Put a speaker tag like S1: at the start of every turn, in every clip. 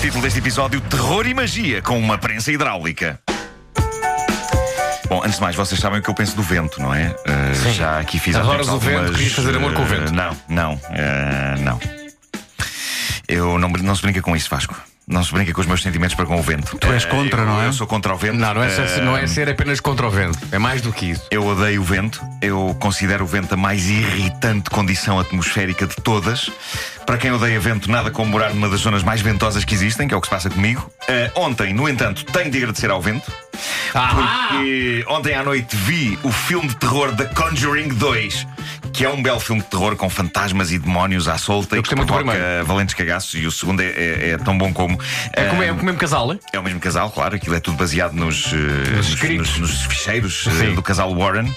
S1: Título deste episódio: Terror e Magia com uma prensa hidráulica. Bom, antes de mais, vocês sabem o que eu penso do vento, não é? Uh,
S2: Sim.
S1: já aqui fiz
S2: Adoras
S1: há tempos
S2: o vento,
S1: algumas,
S2: querias fazer amor com o
S1: uh,
S2: vento.
S1: Não, não, uh, não. Eu não, brin- não se brinca com isso, Vasco. Não se brinca com os meus sentimentos para com o vento. Eh,
S3: Tu és contra,
S1: eu,
S3: não é?
S1: Eu sou contra o vento.
S2: Não, não é, ser,
S1: Uh,
S2: não é ser apenas contra o vento. É mais do que isso.
S1: Eu odeio o vento, eu considero o vento a mais irritante condição atmosférica de todas. Para quem odeia vento, nada como morar numa das zonas mais ventosas que existem, que é o que se passa comigo. Eh, ontem, no entanto, tenho de agradecer ao vento,
S2: Ah,
S1: porque ontem à noite vi o filme de terror The Conjuring 2, que é um belo filme de terror com fantasmas e demónios à solta
S2: Eu
S1: e que
S2: gostei muito do
S1: provoca
S2: primeiro.
S1: valentes cagaços, e o segundo é, é- é tão bom como.
S2: É como
S1: Eh,
S2: é o mesmo casal, é?
S1: é o mesmo casal, claro, aquilo é tudo baseado nos, eh, nos, nos-
S2: escritos.
S1: nos ficheiros eh,
S2: Sim.
S1: do casal Warren,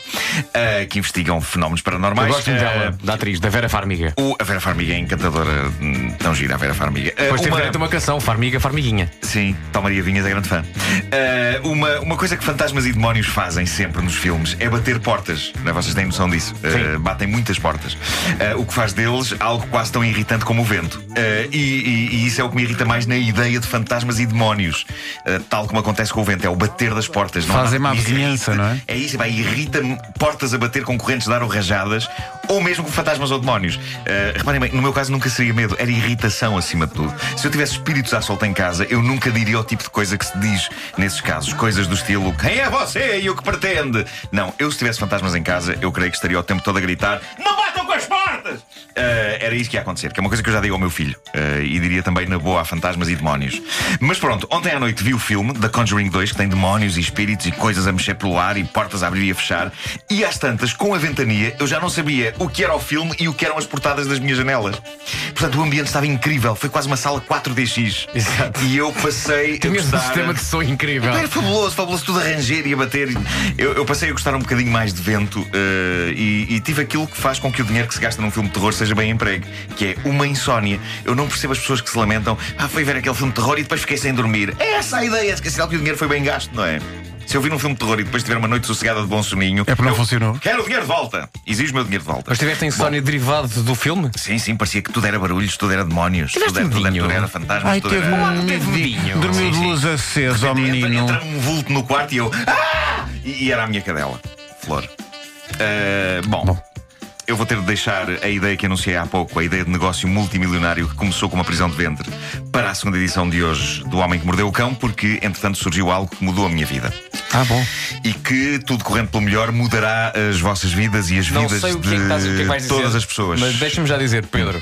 S1: eh, que investigam fenómenos paranormais.
S2: Eu gosto muito
S1: Eh,
S2: dela, da atriz, da Vera Farmiga.
S1: o- a Vera Farmiga é encantadora, hum, tão gira a Vera Farmiga. Eh,
S2: Depois teve
S1: uma-
S2: direito a uma canção, Farmiga, Farmiguinha.
S1: Sim, tal Maria Vinhas é grande fã. Eh, uma, uma coisa que fantasmas e demónios fazem sempre nos filmes é bater portas. Não é? Vocês têm noção disso. Eh, batem muitas portas. Eh, o que faz deles algo quase tão irritante como o vento. Eh, e, e- e isso é o que me irrita mais na ideia de fantasmas e demónios. Eh, tal como acontece com o vento, é o bater das portas. Não há
S3: Fazem
S1: nada
S3: má
S1: que me
S3: vizinhança,
S1: irrite.
S3: não é?
S1: É isso, vai, irrita-me portas a bater com correntes de ar ou rajadas, ou mesmo com fantasmas ou demónios. Eh, reparem bem, no meu caso nunca seria medo, era irritação acima de tudo. Se eu tivesse espíritos à solta em casa, eu nunca diria o tipo de coisa que se diz nesses casos. Coisas do estilo, quem é você e o que pretende? Não, eu se tivesse fantasmas em casa, eu creio que estaria o tempo todo a gritar, não batam com as portas! Eh, era isso que ia acontecer, que é uma coisa que eu já digo ao meu filho. eh, e diria também na boa a fantasmas e demónios. Mas pronto, ontem à noite vi o filme da Conjuring 2, que tem demónios e espíritos e coisas a mexer pelo ar e portas a abrir e a fechar. E às tantas, com a ventania, eu já não sabia o que era o filme e o que eram as portadas das minhas janelas. Portanto, o ambiente estava incrível. Foi quase uma sala 4DX.
S2: Exato.
S1: E eu passei a
S2: Tinhas um
S1: gostar...
S2: sistema de som incrível.
S1: Era fabuloso, fabuloso, tudo a ranger e a bater. Eu, eu passei a gostar um bocadinho mais de vento eh, e, e tive aquilo que faz com que o dinheiro que se gasta num filme de terror seja bem empregue, que é uma insónia. Eu não percebo as pessoas que se lamentam. Ah, fui ver aquele filme de terror e depois fiquei sem dormir. É essa a ideia, se que é sinal que o dinheiro foi bem gasto, não é? Se eu vir um filme de terror e depois tiver uma noite sossegada de bom soninho.
S3: É porque não
S1: eu
S3: funcionou.
S1: Quero o dinheiro de volta! Exijo o meu dinheiro de volta.
S2: Mas tiveste insónia derivado do filme?
S1: Sim, sim, parecia que tudo era barulhos, tudo era demónios, tudo
S2: Tiveste
S1: era, tudo era,
S2: medinho.
S1: tudo era fantasmas,
S3: um Ai,
S1: tudo
S3: teve
S1: era.
S3: um medinho. Dormiu de luz acesa, ó
S1: Entra-
S3: menino.
S1: Entra, um vulto no quarto e eu. "Ah!" E, e era a minha cadela, Flor. Ah, bom. Eu vou ter de deixar a ideia que anunciei há pouco, a ideia de negócio multimilionário que começou com uma prisão de ventre, para a segunda edição de hoje do Homem que Mordeu o Cão, porque entretanto surgiu algo que mudou a minha vida.
S3: Ah, bom.
S1: E que, tudo correndo pelo melhor, mudará as vossas vidas e as
S2: Não
S1: vidas
S2: sei o que
S1: de
S2: é que, estás, o que é que vais dizer.
S1: todas as pessoas.
S2: Mas deixa-me já dizer, Pedro.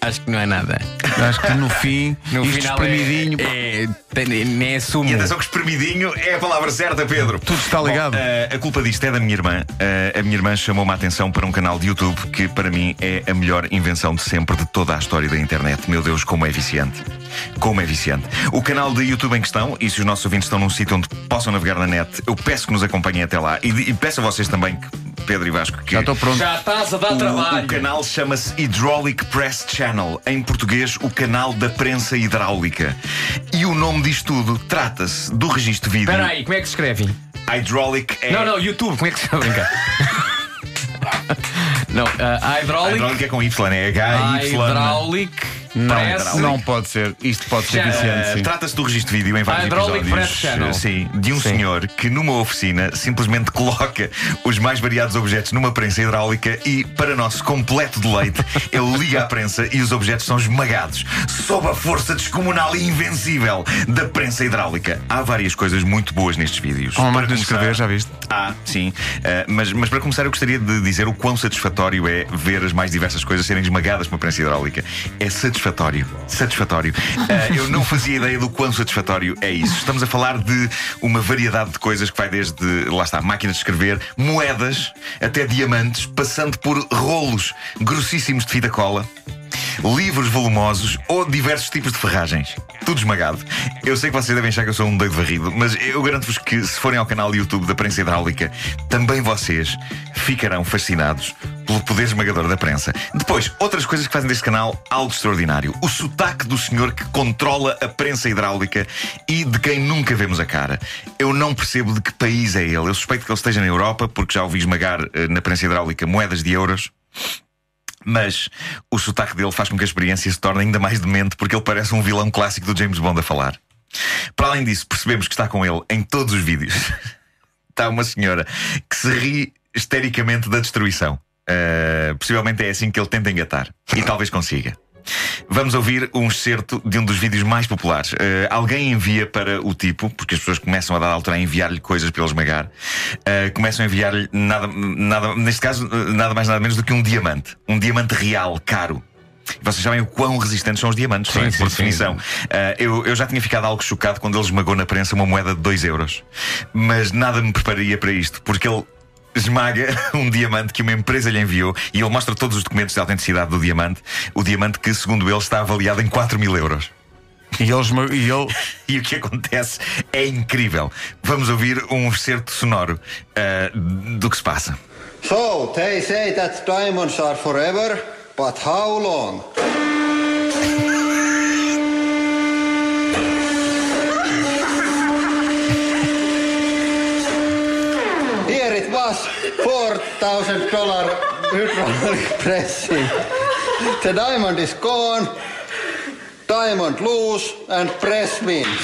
S2: Acho que não é nada.
S3: Acho que no fim,
S2: No
S3: isto
S2: final. é-
S3: espremidinho,
S2: É, tem- nem é sumo.
S1: E atenção que espremidinho é a palavra certa, Pedro.
S3: tudo está ligado.
S1: Bom, eh, a culpa disto é da minha irmã. Eh, a minha irmã chamou-me a atenção para um canal de YouTube que, para mim, é a melhor invenção de sempre de toda a história da internet. Meu Deus, como é viciante! Como é viciante. O canal de YouTube em questão, e se os nossos ouvintes estão num sítio onde possam navegar na net, eu peço que nos acompanhem até lá. E, e peço a vocês também, que, Pedro e Vasco, que.
S3: Já estou pronto.
S2: Já estás a dar
S1: O, o Um, canal chama-se Hydraulic Press Channel, em português, o canal da prensa hidráulica. E o nome disto tudo trata-se do registro vídeo.
S2: Espera aí, como é que se escreve?
S1: Hydraulic é.
S2: Não, não, YouTube, como é que se escreve? Vem cá. não, ah, Hydraulic.
S1: Hydraulic é com Y, é
S2: né?
S1: H, Y.
S2: Hydraulic.
S3: Não,
S2: Press.
S3: não pode ser. Isto pode ser
S2: Já- tá
S3: viciante,
S1: Eh,
S3: sim.
S1: Trata-se do registro de vídeo em vários
S2: Hydraulic
S1: episódios
S2: Press Channel.
S1: eh, sim, de um senhor que numa oficina simplesmente coloca os mais variados objetos numa prensa hidráulica e, para nosso completo deleite, ele liga a prensa e os objetos são esmagados sob a força descomunal e invencível da prensa hidráulica. Há várias coisas muito boas nestes vídeos.
S3: Há uma
S1: Para
S3: máquina de
S1: começar-
S3: escrever, já viste?
S1: Ah, sim. Ah, mas, mas para começar, eu gostaria de dizer o quão satisfatório é ver as mais diversas coisas serem esmagadas por uma prensa hidráulica. É satisfatório. Satisfatório. Ah, eu não fazia ideia do quão satisfatório é isso. Estamos a falar de uma variedade de coisas que vai desde, lá está, máquinas de escrever, moedas, até diamantes, passando por rolos grossíssimos de fita cola livros volumosos ou diversos tipos de ferragens. Tudo esmagado. Eu sei que vocês devem achar que eu sou um doido varrido, mas eu garanto-vos que se forem ao canal do YouTube da Prensa Hidráulica, também vocês ficarão fascinados pelo poder esmagador da prensa. Depois, outras coisas que fazem deste canal algo extraordinário. O sotaque do senhor que controla a prensa hidráulica e de quem nunca vemos a cara. Eu não percebo de que país é ele. Eu suspeito que ele esteja na Europa, porque já ouvi esmagar eh, na prensa hidráulica moedas de euros Mas o sotaque dele faz com que a experiência se torne ainda mais demente porque ele parece um vilão clássico do James Bond a falar. Para além disso, percebemos que está com ele em todos os vídeos. está uma senhora que se ri histericamente da destruição. Ah, possivelmente é assim que ele tenta engatar. E talvez consiga. Vamos ouvir um excerto de um dos vídeos mais populares. Eh, alguém envia para o tipo, porque as pessoas começam a dar altura a enviar-lhe coisas para ele esmagar. Eh, começam a enviar-lhe nada, nada, neste caso, eh, nada mais nada menos do que um diamante. Um diamante real, caro. Vocês sabem o quão resistentes são os diamantes, não é?
S2: sim,
S1: por
S2: sim.
S1: definição. Ah, eu, eu já tinha ficado algo chocado quando ele esmagou na prensa uma moeda de 2 euros. Mas nada me prepararia para isto, porque ele esmaga um diamante que uma empresa lhe enviou e ele mostra todos os documentos de autenticidade do diamante. O diamante que, segundo ele, está avaliado em 4 mil euros.
S3: E eles. me- E eu.
S1: E o que acontece é incrível. Vamos ouvir um excerto sonoro ah, do que se passa.
S4: So, they say that diamonds are forever, but how long? Here it was, $4,000 hydraulic pressing. The diamond is gone, diamond loose, and press wins.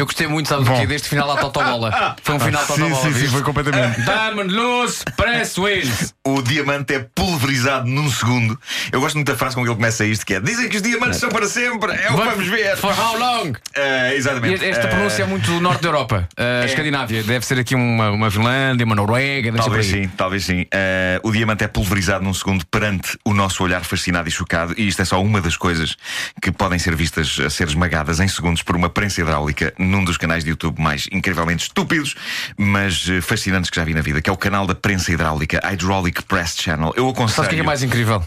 S2: Eu gostei muito, sabes o quê? Deste final à Totobola. Foi um final à
S3: Ah, Sim,
S2: Totobola.
S3: sim, sim,
S2: viste?
S3: foi completamente.
S2: Diamond Luz Press Wins.
S1: O diamante é pulverizado num segundo. Eu gosto muito da frase com que ele começa isto, que é Dizem que os diamantes são para sempre, é o que vamos ver.
S2: For how long?
S1: Ah,
S2: E
S1: exatamente.
S2: Esta esta
S1: Ah,
S2: pronúncia é muito do norte da Europa. Uh,
S3: É.
S2: Escandinávia. Deve ser aqui uma, uma Finlândia, uma Noruega. deve ser
S1: Talvez
S2: por aí.
S1: sim, talvez sim. Eh, o diamante é pulverizado num segundo perante o nosso olhar fascinado e chocado, e isto é só uma das coisas que podem ser vistas a ser esmagadas em segundos por uma prensa hidráulica num dos canais de YouTube mais incrivelmente estúpidos, mas eh, fascinantes que já vi na vida, que é o canal da prensa hidráulica, Hydraulic Press Channel. Eu aconselho.
S2: Sabes o que é, que é mais incrível?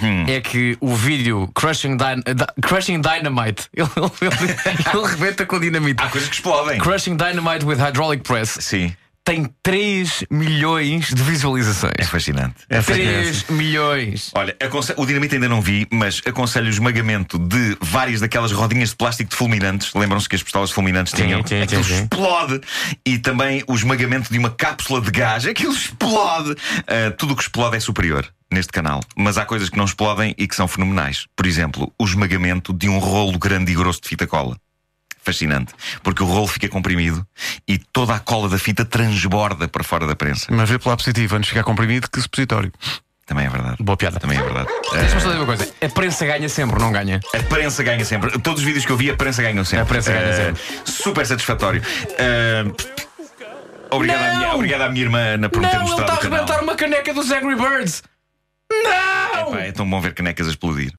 S3: Hum.
S2: É que o vídeo Crushing, Dyn- eh, Dy- Crushing Dynamite ele, ele, ele rebenta com dinamite.
S1: Há coisas que explodem.
S2: Crushing Dynamite with Hydraulic Press
S1: Sim,
S2: tem 3 milhões de
S1: é
S2: visualizações.
S1: fascinante.
S3: Essa que é
S2: 3
S3: essa.
S2: milhões.
S1: Olha, aconse- o dinamite ainda não vi, mas aconselho o esmagamento de várias daquelas rodinhas de plástico de fulminantes. Lembram-se que as pistolas fulminantes tinham?
S2: sim,
S1: aquilo
S2: sim, sim.
S1: explode. E também o esmagamento de uma cápsula de gás. Aquilo explode. Ah, tudo o que explode é superior neste canal. Mas há coisas que não explodem e que são fenomenais. Por exemplo, o esmagamento de um rolo grande e grosso de fita cola. Fascinante, porque o rolo fica comprimido e toda a cola da fita transborda para fora da prensa.
S3: Mas vê pelo lado positivo, antes de ficar comprimido, que supositório.
S1: Também é verdade.
S2: Boa piada.
S1: Também é verdade. Ah,
S2: Deixa-me só dizer uma coisa: a prensa ganha sempre, não ganha?
S1: A prensa ganha sempre. Todos os vídeos que eu vi, a prensa ganhou sempre.
S2: A prensa ganha
S1: Eh,
S2: sempre.
S1: Super satisfatório. Eh, obrigado, à
S2: Não!
S1: minha, obrigado à minha irmã Ana por me ter
S2: Não, ele
S1: mostrado
S2: está a
S1: o canal.
S2: arrebentar uma caneca dos Angry Birds! Não!
S1: Epá, é tão bom ver canecas a explodir.